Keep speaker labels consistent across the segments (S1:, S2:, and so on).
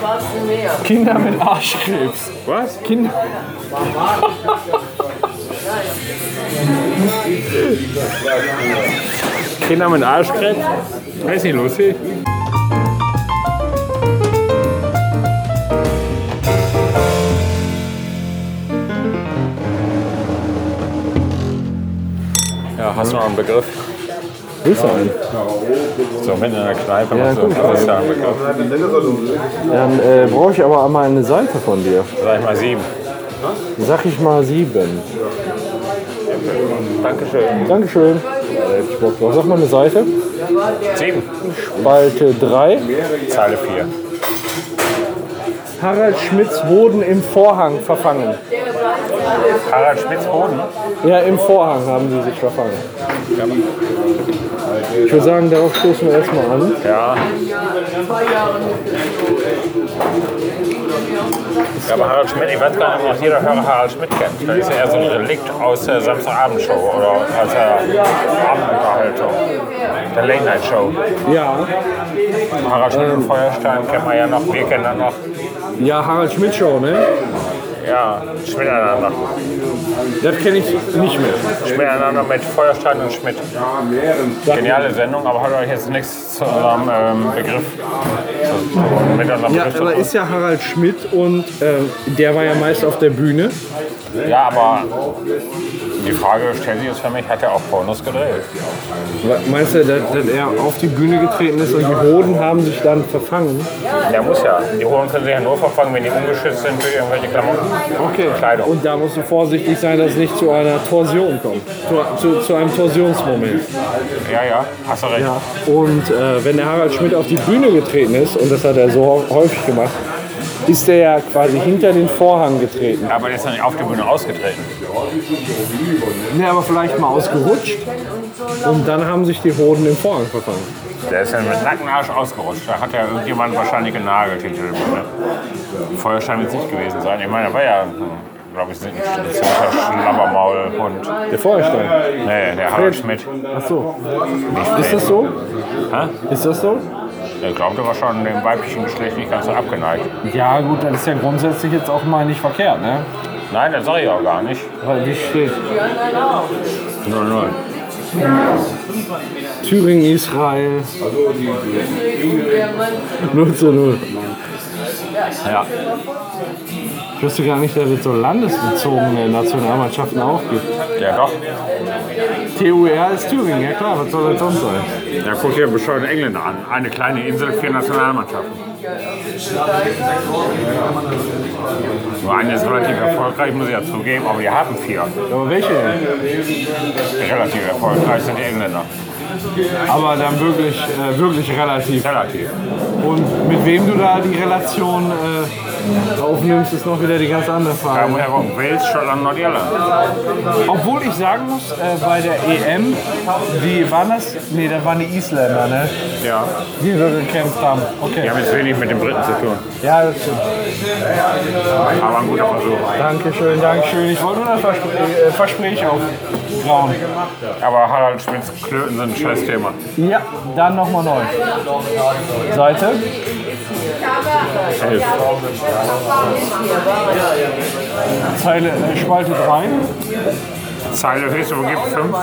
S1: Schwarzen Meer.
S2: Kinder mit Arschkrebs.
S3: Was?
S2: Kinder.
S3: Kinder mit Arschkrebs? Weiß nicht, lustig.
S4: Ja, hast du noch einen Begriff?
S2: Willst du einen?
S4: So, wenn in der Kneipe
S2: Ja,
S4: machst du
S2: gut.
S4: hast du einen Begriff.
S2: Dann äh, brauche ich aber einmal eine Seite von dir.
S4: Sag ich mal sieben.
S2: Sag ich mal sieben.
S4: Dankeschön.
S2: Dankeschön. Äh, ich Bock drauf. Sag mal eine Seite.
S4: Sieben.
S2: Spalte 3.
S4: Zeile vier.
S2: Harald Schmidts Hoden im Vorhang verfangen.
S4: Harald Spitzboden.
S2: Ja, im Vorhang haben sie sich verfangen. Ich würde sagen, darauf stoßen wir erstmal an.
S4: Ja. ja, aber Harald Schmidt, ich weiß gar nicht, ob jeder Hörer Harald Schmidt kennt. Das ist ja eher so ein Relikt aus der Samstagabendshow oder aus der Abendunterhaltung. Der Late Night Show.
S2: Ja.
S4: Harald Schmidt und Feuerstein kennen wir ja noch, wir kennen dann noch.
S2: Ja, Harald Schmidt Show, ne?
S4: Ja, Schmidt einander.
S2: Das kenne ich nicht mehr.
S4: Schmidt einander mit Feuerstein und Schmidt. Geniale Sendung, aber hat euch jetzt nichts zu eurem ähm, Begriff. Zu, zu, mit eurem
S2: Ja,
S4: Begriff zu
S2: aber
S4: tun.
S2: ist ja Harald Schmidt und ähm, der war ja meist auf der Bühne.
S4: Ja, aber die Frage stellt sich jetzt für mich, hat er auch Pornos gedreht?
S2: Wa- Meinst du, dass, dass er auf die Bühne getreten ist und die Hoden haben sich dann verfangen?
S4: Der muss ja. Die Hoden können sich ja nur verfangen, wenn die ungeschützt sind für irgendwelche Klamotten.
S2: Okay.
S4: Kleidung.
S2: Und da musst du vorsichtig sein, dass es nicht zu einer Torsion kommt. Zu, zu, zu einem Torsionsmoment.
S4: Ja, ja, hast du recht.
S2: Ja. Und äh, wenn der Harald Schmidt auf die Bühne getreten ist, und das hat er so hau- häufig gemacht, ist der ja quasi hinter den Vorhang getreten.
S4: Aber der ist dann nicht auf die Bühne ausgetreten.
S2: Ne, aber vielleicht mal ausgerutscht. Und dann haben sich die Hoden im Vorhang verfangen.
S4: Der ist dann mit Nackenarsch ausgerutscht. Da hat ja irgendjemand wahrscheinlich genagelt hinter der Bühne. Feuerstein wird es nicht gewesen sein. Ich meine, er war ja, glaube ich, ein ziemlicher Schlabbermaulhund.
S2: Der Feuerstein.
S4: Nee, der Harald Schmidt.
S2: Ach so. Ist das so? Ist das so?
S4: Ich glaube, der war schon dem weiblichen Geschlecht nicht ganz so abgeneigt.
S2: Ja, gut, das ist ja grundsätzlich jetzt auch mal nicht verkehrt, ne?
S4: Nein, das sage ich auch gar nicht.
S2: Weil die
S4: 0-0.
S2: steht. Thüringen, Israel. 0 zu 0.
S4: Ja.
S2: Ich wusste gar nicht, dass es so landesbezogene Nationalmannschaften auch gibt.
S4: Ja, doch.
S2: TUR ist Thüringen, ja klar, was soll das sonst sein?
S4: Ja, guck dir bescheuerte Engländer an. Eine kleine Insel, vier Nationalmannschaften. Nur eine ist relativ erfolgreich, muss ich ja zugeben, aber die haben vier.
S2: Aber welche denn?
S4: Relativ erfolgreich sind die Engländer.
S2: Aber dann wirklich, äh, wirklich relativ.
S4: Relativ.
S2: Und mit wem du da die Relation äh, aufnimmst, ist noch wieder die ganz andere
S4: Da
S2: Frage.
S4: muss ja gucken, Wales, Schottland, Nordirland.
S2: Obwohl ich sagen muss, äh, bei der EM, die waren das? Nee, da waren die Isländer, ne?
S4: Ja.
S2: Die wir gekämpft haben.
S4: Die
S2: Okay.
S4: haben jetzt wenig mit den Briten zu tun.
S2: Ja, das stimmt.
S4: Aber ein guter Versuch.
S2: Dankeschön, Dankeschön. Ich wollte nur das Verspr äh, Versprech aufgrauen.
S4: Aber Harald Schmidts Klöten sind ein scheiß Thema.
S2: Ja, dann nochmal neu. Seite.
S4: Elf.
S2: Zeile, äh, Spalte 3.
S4: Zeile höchste, wo gibt fünf?
S1: Am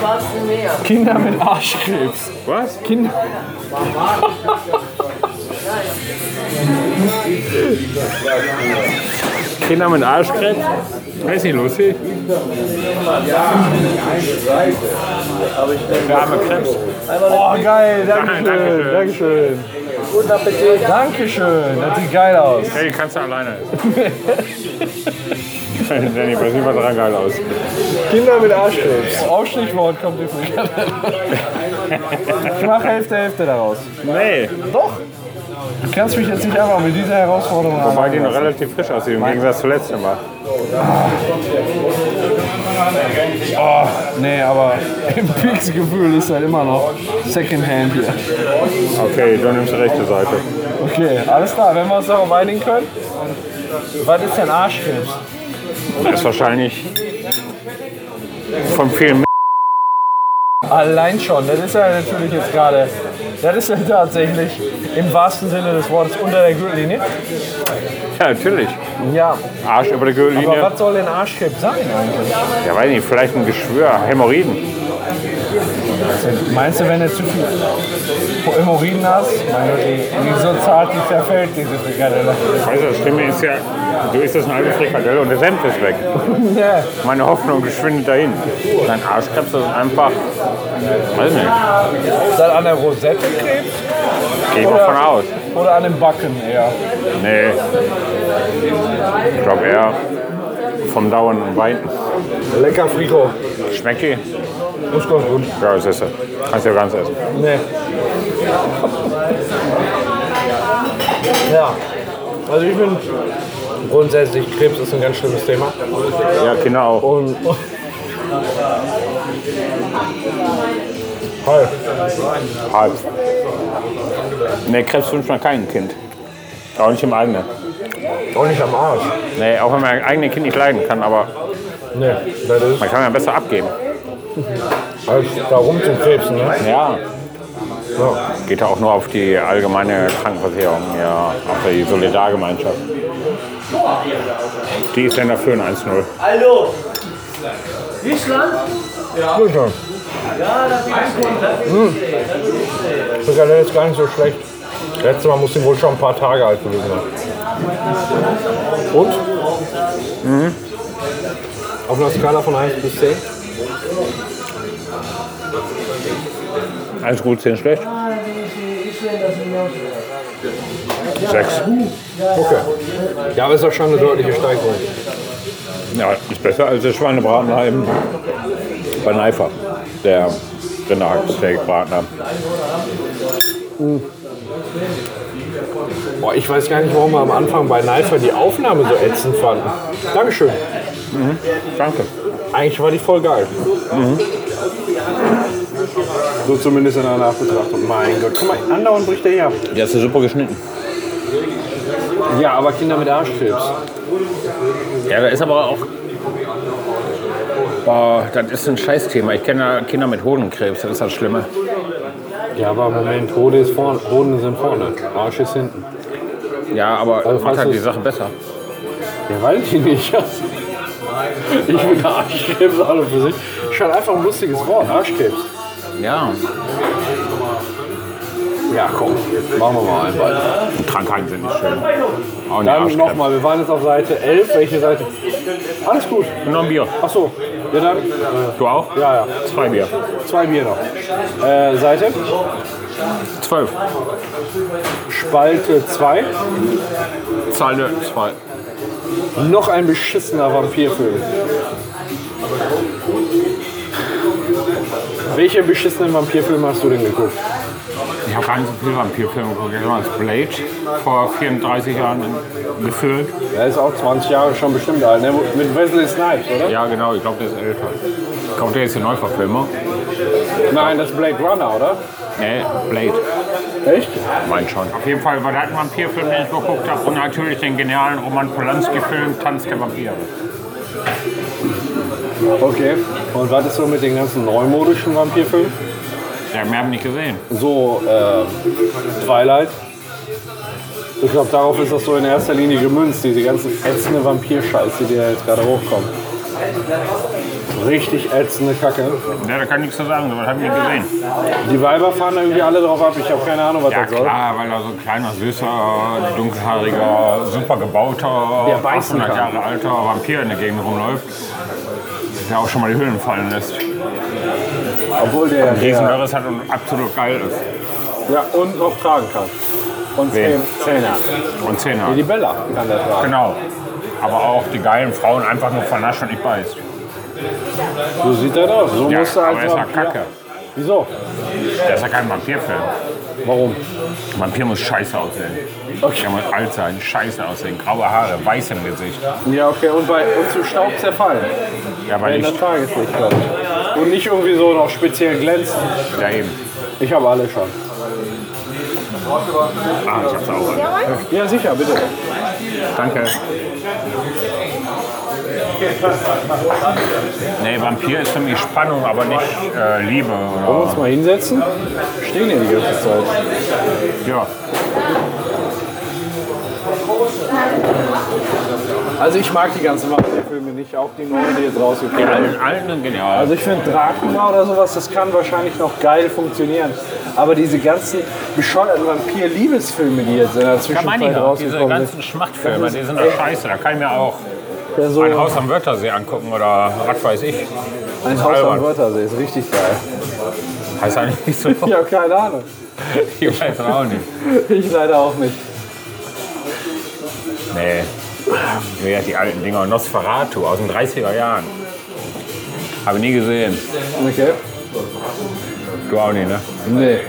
S1: Schwarzen Meer.
S2: Kinder mit Arschkrebs.
S4: Was?
S2: Kinder.
S3: Kinder mit Arschkrebs? Weiß nicht, lustig.
S4: Der arme Krebs.
S2: Oh, geil. Dankeschön.
S4: Dankeschön.
S2: Dankeschön. Guten Appetit. Dankeschön. Das sieht geil aus.
S4: Hey, die kannst du alleine essen. Danny, bei sieht man dran geil aus.
S2: Kinder mit Arschkrebs. Aufstichwort kommt übrigens. Ich mache Hälfte, Hälfte daraus.
S4: Nee,
S2: Doch. Du kannst mich jetzt nicht einfach mit dieser Herausforderung
S4: wobei die noch relativ frisch aussieht, im Gegensatz zum letzten Mal.
S2: Oh, nee, aber im Pixgefühl ist halt immer noch Secondhand hier.
S4: Okay, du nimmst die rechte Seite.
S2: Okay, alles klar, wenn wir uns darauf einigen können. Was ist denn Arschkrebs?
S4: Das ist wahrscheinlich von vielen
S2: Allein schon, das ist ja natürlich jetzt gerade Das ist dann tatsächlich im wahrsten Sinne des Wortes unter der Gürtellinie.
S4: Ja, natürlich.
S2: Ja,
S4: Arsch über der
S2: aber
S4: Gürtellinie.
S2: was soll denn Arschkrebs sein eigentlich?
S4: Ja, weiß nicht, vielleicht ein Geschwür, Hämorrhoiden.
S2: Meinst du, wenn du zu viel Hämorrhoiden hast? Mein Gott, die, die so zart, die zerfällt diese Frikadelle.
S4: Weißt du, das Schlimme ist ja, du isst das eine halbe Frikadelle und der Senf ist weg.
S2: Ja.
S4: Meine Hoffnung geschwindet dahin. Dein Arschkrebs ist einfach, weiß nicht,
S2: Ist das an der Rosette Krebs
S4: gehe ich mal von aus.
S2: oder an dem Backen eher?
S4: Nee. Ich glaube eher vom dauernden Weiten.
S2: Lecker Friko.
S4: Schmeckt die?
S2: Muss ganz gut.
S4: Ja, das ist es. Kannst du ja ganz essen.
S2: Nee. Ja. Also ich bin grundsätzlich Krebs ist ein ganz schlimmes Thema.
S4: Ja, Kinder auch.
S2: Und. Hi.
S4: Halb. Nee, Krebs wünscht man keinem Kind. Auch nicht im eigenen.
S2: Auch nicht am Arsch.
S4: Nee, auch wenn man eigene Kind nicht leiden kann, aber
S2: Nee, das ist
S4: man kann ja besser abgeben.
S2: als da rum zu krebsen, ne?
S4: Ja.
S2: Ja.
S4: Geht ja auch nur auf die allgemeine Krankenversicherung, ja, auf die Solidargemeinschaft. Die ist dann dafür ein 1-0.
S5: Hallo! Wiesland?
S2: Gut schon.
S5: Ja, da bin ich.
S2: Frikadelle Hm. ist gar nicht so schlecht. Letztes Mal musste ich wohl schon ein paar Tage alt gewesen sein. Und? Auf einer Skala von 1 bis 10?
S4: Alles gut, 10 schlecht. Sechs.
S2: Okay. Ja, aber ist doch schon eine deutliche Steigerung.
S4: Ja, ist besser als der Schweinebratenheim bei Neifer. Der Rinderhacksteakbraten.
S2: Boah, ich weiß gar nicht, warum wir am Anfang bei Neifer die Aufnahme so ätzend fanden. Dankeschön.
S4: Danke.
S2: Eigentlich war die voll geil. So zumindest in einer Nachbetrachtung. Mein Gott, guck mal, andauernd bricht der her.
S4: Der ist ja super geschnitten.
S2: Ja, aber Kinder mit Arschkrebs.
S4: Ja, da ist aber auch. Boah, das ist ein Scheißthema. Ich kenne ja Kinder mit Hodenkrebs, das ist das Schlimme.
S2: Ja, aber Moment, Hoden, ist vorne, Hoden sind vorne, Arsch ist hinten.
S4: Ja, aber
S2: Also,
S4: macht
S2: falls
S4: halt die
S2: es-
S4: Sache besser.
S2: Ja, weiß ich nicht. Ich bin Arschkrebs alle für sich. Schon einfach ein lustiges Wort, Arschkrebs.
S4: Ja.
S2: Ja, komm, machen wir mal einen bald.
S4: Krankheiten sind nicht schön. Auch nicht
S2: Dann
S4: Arschkrebs.
S2: nochmal, wir waren jetzt auf Seite 11. Welche Seite? Alles gut.
S4: Noch ein Bier.
S2: Ach so, ja dann,
S4: Du auch?
S2: ja, ja,
S4: Zwei Bier.
S2: zwei Bier noch. Äh, Seite,
S4: Zwölf.
S2: Spalte 2,
S4: Zeile zwei.
S2: noch ein beschissener Vampirfilm. Welche beschissenen Vampirfilme hast du denn geguckt?
S4: Ich habe gar nicht so viele Vampirfilme geguckt. Ich habe Blade vor 34 Jahren gefühlt.
S2: Er ist auch 20 Jahre schon bestimmt alt, ne? Mit Wesley Snipes, oder?
S4: Ja, genau. Ich glaube, der ist älter. Kommt der jetzt die Neuverfilmung?
S2: Nein, das ist Blade Runner, oder?
S4: Nee, Blade.
S2: Echt?
S4: Mein schon. Auf jeden Fall war das ein Vampirfilm, den ich geguckt habe. Und natürlich den genialen Roman Polanski-Film Tanz der Vampire.
S2: Okay. Und was ist so mit den ganzen neumodischen Vampirfilmen?
S4: Ja, mehr haben nicht gesehen.
S2: So, äh, Twilight. Ich glaube, darauf ist das so in erster Linie gemünzt, diese ganzen ätzende Vampirscheiße, die da jetzt gerade hochkommen. Richtig ätzende Kacke.
S4: Ja, da kann ich nichts zu sagen, sowas habe ich nicht gesehen.
S2: Die Weiber fahren da irgendwie alle drauf ab. Ich habe keine Ahnung, was
S4: Ja,
S2: das soll.
S4: klar, weil er so ein kleiner, süßer, dunkelhaariger, super gebauter,
S2: Der beißen
S4: 800
S2: kann.
S4: Jahre alter Vampir in der Gegend rumläuft. Der auch schon mal die Hüllen fallen lässt.
S2: Obwohl der, der
S4: Riesenhöres hat und absolut geil ist.
S2: ja, und noch tragen kann. Und
S4: Wen?
S2: Zähne.
S4: Und Zähne
S2: Die
S4: hat.
S2: Bella kann der tragen.
S4: Genau. Aber auch die geilen Frauen einfach nur vernascht und nicht beißt.
S2: So sieht er aus. So
S4: Ja,
S2: musst du
S4: aber
S2: halt
S4: ist ja
S2: sagen.
S4: kacke.
S2: Wieso?
S4: Der ist ja kein Vampirfilm.
S2: Warum?
S4: Ein Vampir muss scheiße aussehen. Er muss alt sein, scheiße aussehen, graue Haare, weiß im Gesicht.
S2: Ja, okay. Und, bei, und zu Staub zerfallen.
S4: Ja, aber
S2: Bei in
S4: nicht.
S2: der Tageslicht, glaube ich. Und nicht irgendwie so noch speziell glänzen.
S4: Ja, eben.
S2: Ich habe alle schon.
S4: Ah, ich hab's auch.
S2: Ja, sicher, bitte.
S4: Danke. Nee, Vampir ist für mich Spannung, aber nicht äh, Liebe.
S2: Wollen wir
S4: Oder,
S2: uns mal hinsetzen? Stehen hier die ganze Zeit.
S4: ja.
S2: Also ich mag die ganze Masse der Filme nicht, auch die neuen, die jetzt
S4: Die
S2: rausgekommen sind.
S4: alten, alten sind genial.
S2: Also ich finde Dracula oder sowas, das kann wahrscheinlich noch geil funktionieren. Aber diese ganzen bescheuerten Vampir-Liebesfilme, die jetzt in
S4: kann
S2: der
S4: man
S2: Zwischenzeit
S4: nicht auch. Diese
S2: rausgekommen
S4: ganzen
S2: sind,
S4: Schmachtfilme,
S2: Das ist
S4: die sind doch scheiße. Da kann ich mir auch
S2: der so
S4: ein Haus am Wörthersee angucken oder was weiß ich.
S2: ein Haus am
S4: albern.
S2: Wörthersee ist richtig geil.
S4: Heißt eigentlich nicht so.
S2: Ich habe keine Ahnung.
S4: Ich weiß es auch nicht.
S2: Ich leider auch nicht.
S4: Nee. Wie gesagt, die alten Dinger. Nosferatu aus den 30er Jahren. Habe nie gesehen.
S2: Okay?
S4: Du auch nicht, ne?
S2: Nee.